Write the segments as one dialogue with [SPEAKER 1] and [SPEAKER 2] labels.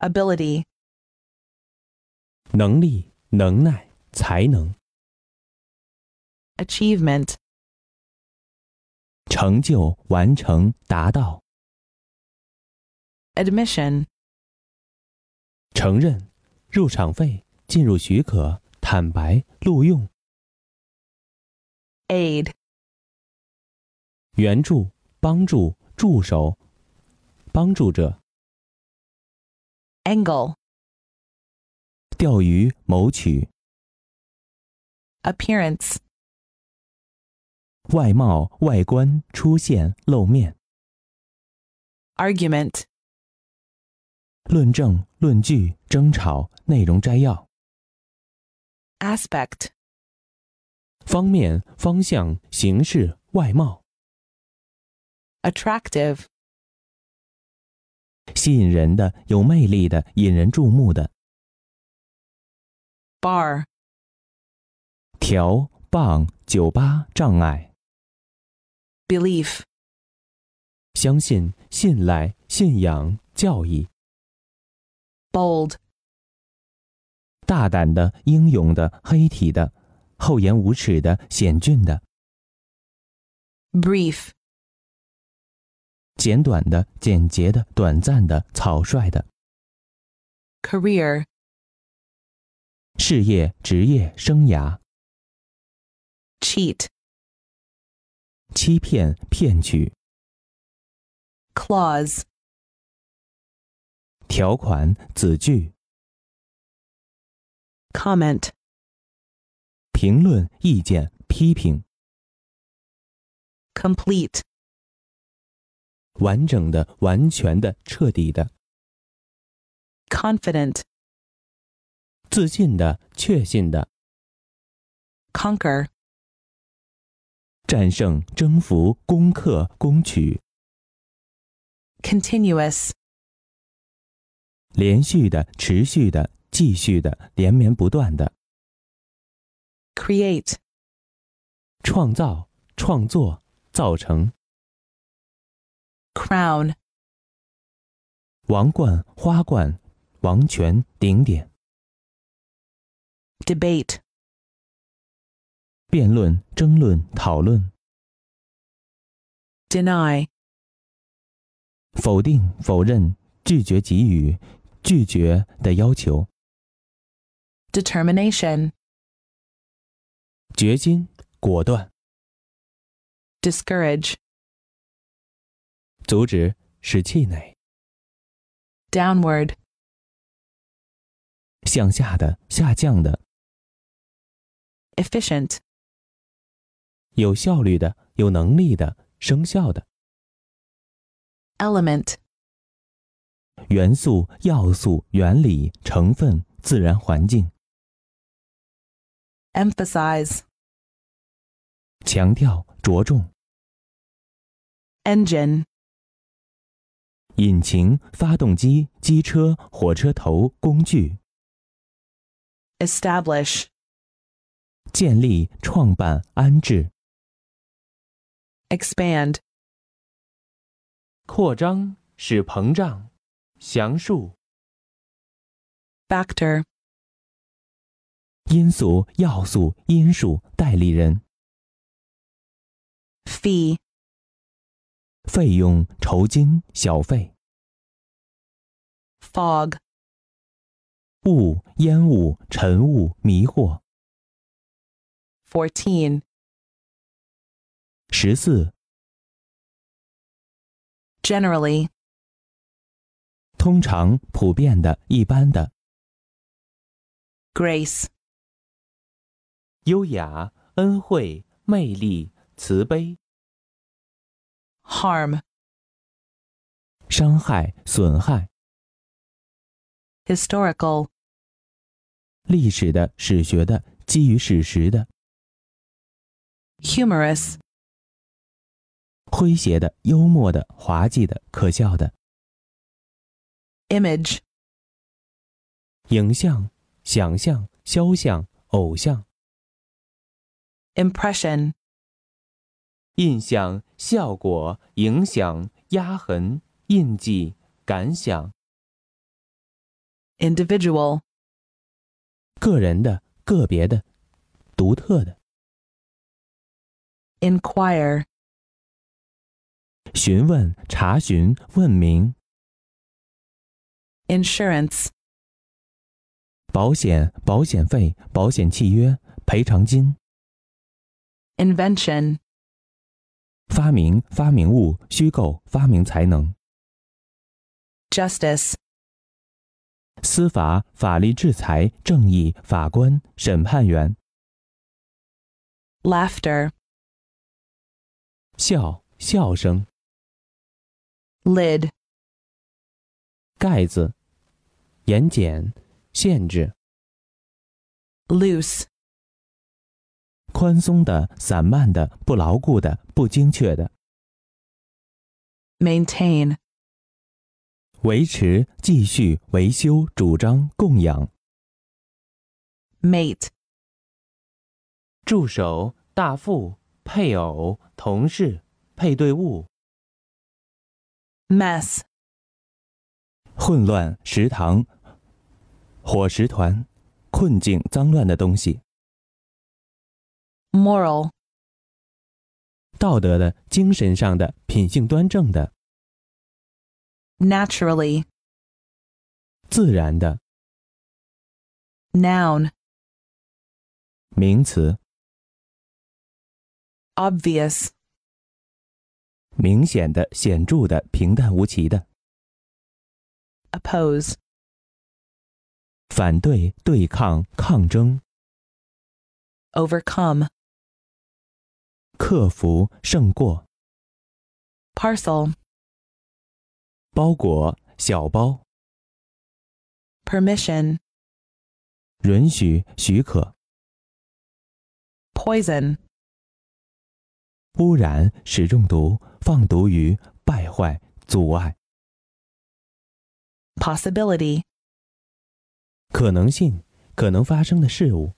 [SPEAKER 1] ability,
[SPEAKER 2] 能力、能耐、才能、
[SPEAKER 1] achievement,
[SPEAKER 2] 成就、完成、达到、
[SPEAKER 1] admission,
[SPEAKER 2] 承认、入场费、进入许可、坦白、录用、
[SPEAKER 1] aid,
[SPEAKER 2] 援助、帮助、助手、帮助者、
[SPEAKER 1] angle,
[SPEAKER 2] 钓鱼、谋取、
[SPEAKER 1] appearance,
[SPEAKER 2] 外貌、外观、出现、露面、
[SPEAKER 1] argument,
[SPEAKER 2] 论证、论据、争吵、内容摘要、
[SPEAKER 1] aspect,
[SPEAKER 2] 方面、方向、形式、外貌、
[SPEAKER 1] attractive,
[SPEAKER 2] 吸引人的、有魅力的、引人注目的、
[SPEAKER 1] bar,
[SPEAKER 2] 条、棒、酒吧、障碍、
[SPEAKER 1] belief,
[SPEAKER 2] 相信、信赖、信仰、教义、
[SPEAKER 1] bold,
[SPEAKER 2] 大胆的、英勇的、黑体的、厚颜无耻的、险峻的、
[SPEAKER 1] brief,
[SPEAKER 2] 简短的、简洁的、短暂的、草率的、
[SPEAKER 1] career,
[SPEAKER 2] 事业、职业、生涯、
[SPEAKER 1] cheat,
[SPEAKER 2] 欺骗、骗取、
[SPEAKER 1] clause,
[SPEAKER 2] 条款、子句、
[SPEAKER 1] comment,
[SPEAKER 2] 评论、意见、批评、
[SPEAKER 1] complete,
[SPEAKER 2] 完整的、完全的、彻底的、
[SPEAKER 1] confident,
[SPEAKER 2] 自信的、确信的、
[SPEAKER 1] conquer,
[SPEAKER 2] 战胜、征服、攻克、攻取、
[SPEAKER 1] continuous,
[SPEAKER 2] 连续的、持续的、继续的、连绵不断的、
[SPEAKER 1] create,
[SPEAKER 2] 创造、创作、造成、
[SPEAKER 1] crown,
[SPEAKER 2] 王冠、花冠、王权、顶点。
[SPEAKER 1] debate,
[SPEAKER 2] 辩论、争论、讨论、
[SPEAKER 1] deny,
[SPEAKER 2] 否定、否认、拒绝给予、拒绝的要求、
[SPEAKER 1] determination,
[SPEAKER 2] 决心、果断、
[SPEAKER 1] discourage,
[SPEAKER 2] 阻止、使气馁、
[SPEAKER 1] downward,
[SPEAKER 2] 向下的、下降的、
[SPEAKER 1] efficient,
[SPEAKER 2] 有效率的、有能力的、生效的
[SPEAKER 1] element,
[SPEAKER 2] 元素、要素、原理、成分、自然环境、
[SPEAKER 1] emphasize,
[SPEAKER 2] 强调、着重、
[SPEAKER 1] engine,
[SPEAKER 2] 引擎、发动机、机车、火车头、工具、
[SPEAKER 1] establish,
[SPEAKER 2] 建立、创办、安置、
[SPEAKER 1] expand,
[SPEAKER 2] 扩张、使膨胀、详述。
[SPEAKER 1] factor,
[SPEAKER 2] 因素、要素、因数、代理人、
[SPEAKER 1] fee,
[SPEAKER 2] 费用、酬金、小费、
[SPEAKER 1] fog,
[SPEAKER 2] 雾、烟雾、尘雾、迷惑、
[SPEAKER 1] 14,
[SPEAKER 2] 十四、
[SPEAKER 1] generally,
[SPEAKER 2] 通常、普遍的、一般的、
[SPEAKER 1] grace,
[SPEAKER 2] 优雅、恩惠、魅力、慈悲、
[SPEAKER 1] harm,
[SPEAKER 2] 伤害、损害、
[SPEAKER 1] historical,
[SPEAKER 2] 历史的、史学的、基于史实的、
[SPEAKER 1] humorous,
[SPEAKER 2] 诙谐的、幽默的、滑稽的、可笑的、
[SPEAKER 1] image,
[SPEAKER 2] 影像、想象、肖像、偶像、
[SPEAKER 1] impression,
[SPEAKER 2] 印象、效果、影响、压痕、印记、感想、
[SPEAKER 1] individual,
[SPEAKER 2] 个人的、个别的、独特的。
[SPEAKER 1] inquire,
[SPEAKER 2] 询问、查询、问明、
[SPEAKER 1] insurance,
[SPEAKER 2] 保险、保险费、保险契约、赔偿金、
[SPEAKER 1] invention,
[SPEAKER 2] 发明、发明物、虚构、发明才能、
[SPEAKER 1] justice,
[SPEAKER 2] 司法、法律制裁、正义、法官、审判员、
[SPEAKER 1] laughter,
[SPEAKER 2] 笑、笑声、
[SPEAKER 1] lid,
[SPEAKER 2] 盖子、严检、限制、
[SPEAKER 1] loose,
[SPEAKER 2] 宽松的、散漫的、不牢固的、不精确的、
[SPEAKER 1] maintain,
[SPEAKER 2] 维持、继续、维修、主张、供养、
[SPEAKER 1] mate,
[SPEAKER 2] 助手、大副、配偶、同事、配对物、
[SPEAKER 1] mess,
[SPEAKER 2] 混乱、食堂、伙食团、困境、脏乱的东西、
[SPEAKER 1] moral,
[SPEAKER 2] 道德的、精神上的、品性端正的、
[SPEAKER 1] naturally,
[SPEAKER 2] 自然的
[SPEAKER 1] noun,
[SPEAKER 2] 名词，
[SPEAKER 1] obvious,
[SPEAKER 2] 明显的、显著的、平淡无奇的、
[SPEAKER 1] oppose,
[SPEAKER 2] 反对、对抗、抗争、
[SPEAKER 1] overcome,
[SPEAKER 2] 克服、胜过、
[SPEAKER 1] parcel,
[SPEAKER 2] 包裹、小包、
[SPEAKER 1] permission,
[SPEAKER 2] 允许、许可、
[SPEAKER 1] poison,
[SPEAKER 2] 污染、使中毒、放毒于、败坏、阻碍。
[SPEAKER 1] possibility,
[SPEAKER 2] 可能性、可能发生的事物、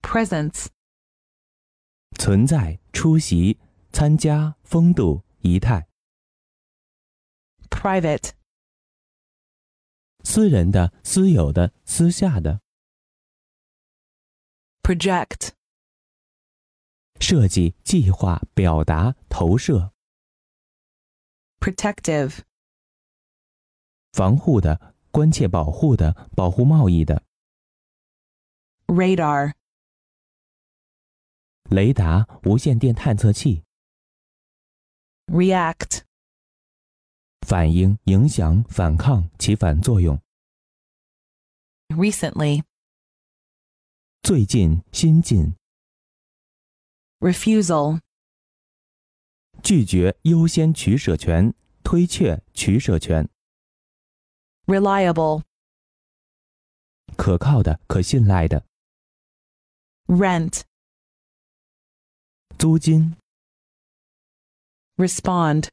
[SPEAKER 1] presence,
[SPEAKER 2] 存在、出席、参加、风度、仪态、
[SPEAKER 1] private,
[SPEAKER 2] 私人的、私有的、私下的、
[SPEAKER 1] project,
[SPEAKER 2] 设计、计划、表达、投射、
[SPEAKER 1] protective,
[SPEAKER 2] 防护的、关切保护的、保护贸易的、
[SPEAKER 1] radar,
[SPEAKER 2] 雷达、无线电探测器、
[SPEAKER 1] react,
[SPEAKER 2] 反应、影响、反抗、起反作用、
[SPEAKER 1] recently,
[SPEAKER 2] 最近、新近、
[SPEAKER 1] refusal,
[SPEAKER 2] 拒绝、优先取舍权、推却取舍权、
[SPEAKER 1] reliable,
[SPEAKER 2] 可靠的、可信赖的、
[SPEAKER 1] rent,
[SPEAKER 2] 租金、
[SPEAKER 1] respond,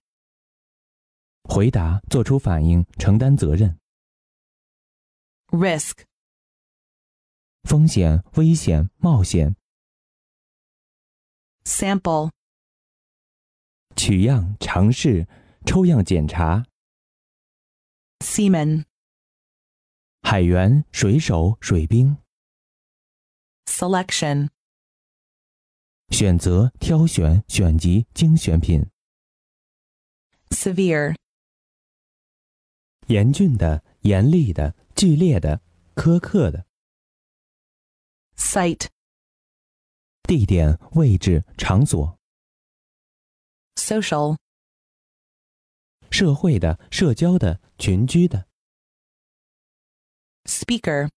[SPEAKER 2] 回答，做出反应，承担责任，
[SPEAKER 1] risk,
[SPEAKER 2] 风险、危险、冒险，
[SPEAKER 1] sample,
[SPEAKER 2] 取样、尝试、抽样检查，
[SPEAKER 1] seaman,
[SPEAKER 2] 海员、水手、水兵，
[SPEAKER 1] selection,
[SPEAKER 2] 选择、挑选、选集、精选品，
[SPEAKER 1] severe,
[SPEAKER 2] 严峻的、严厉的、剧烈的、苛刻的，
[SPEAKER 1] site,
[SPEAKER 2] 地点、位置、场所，
[SPEAKER 1] social,
[SPEAKER 2] 社会的、社交的、群居的，
[SPEAKER 1] speaker,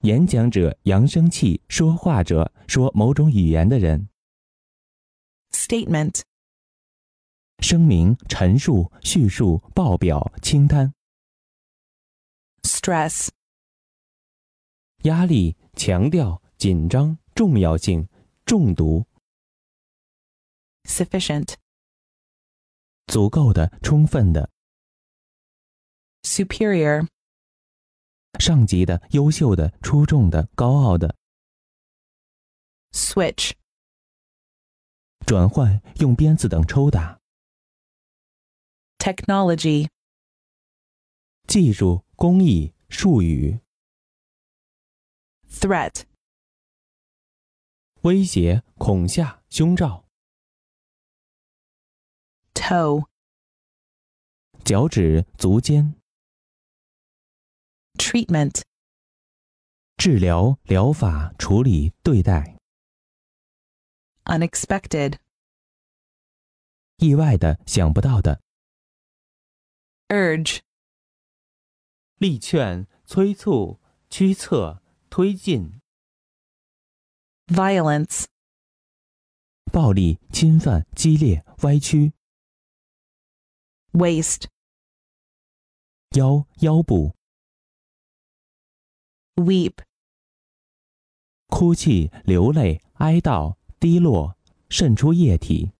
[SPEAKER 2] 演讲者、扬声器、说话者、说某种语言的人。
[SPEAKER 1] statement,
[SPEAKER 2] 声明、陈述、叙述、报表、清单、
[SPEAKER 1] stress,
[SPEAKER 2] 压力、强调、紧张、重要性、中毒、
[SPEAKER 1] sufficient,
[SPEAKER 2] 足够的、充分的、
[SPEAKER 1] superior,
[SPEAKER 2] 上级的、优秀的、出众的、高傲的、
[SPEAKER 1] switch,
[SPEAKER 2] 转换、用鞭子等抽打、
[SPEAKER 1] technology,
[SPEAKER 2] 技术、工艺、术语、
[SPEAKER 1] threat,
[SPEAKER 2] 威胁、恐吓、胸罩、
[SPEAKER 1] toe,
[SPEAKER 2] 脚趾、足尖、
[SPEAKER 1] treatment,
[SPEAKER 2] 治疗、疗法、处理、对待、
[SPEAKER 1] unexpected,
[SPEAKER 2] 意外的、想不到的、
[SPEAKER 1] urge,
[SPEAKER 2] 力劝、催促、驱策、推进、
[SPEAKER 1] violence,
[SPEAKER 2] 暴力、侵犯、激烈、歪曲、
[SPEAKER 1] waist,
[SPEAKER 2] 腰、腰部、
[SPEAKER 1] weep,
[SPEAKER 2] 哭泣、流泪、哀悼、滴落、渗出液体、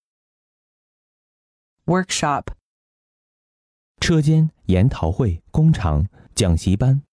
[SPEAKER 1] workshop,
[SPEAKER 2] 车间、研讨会、工厂、讲习班、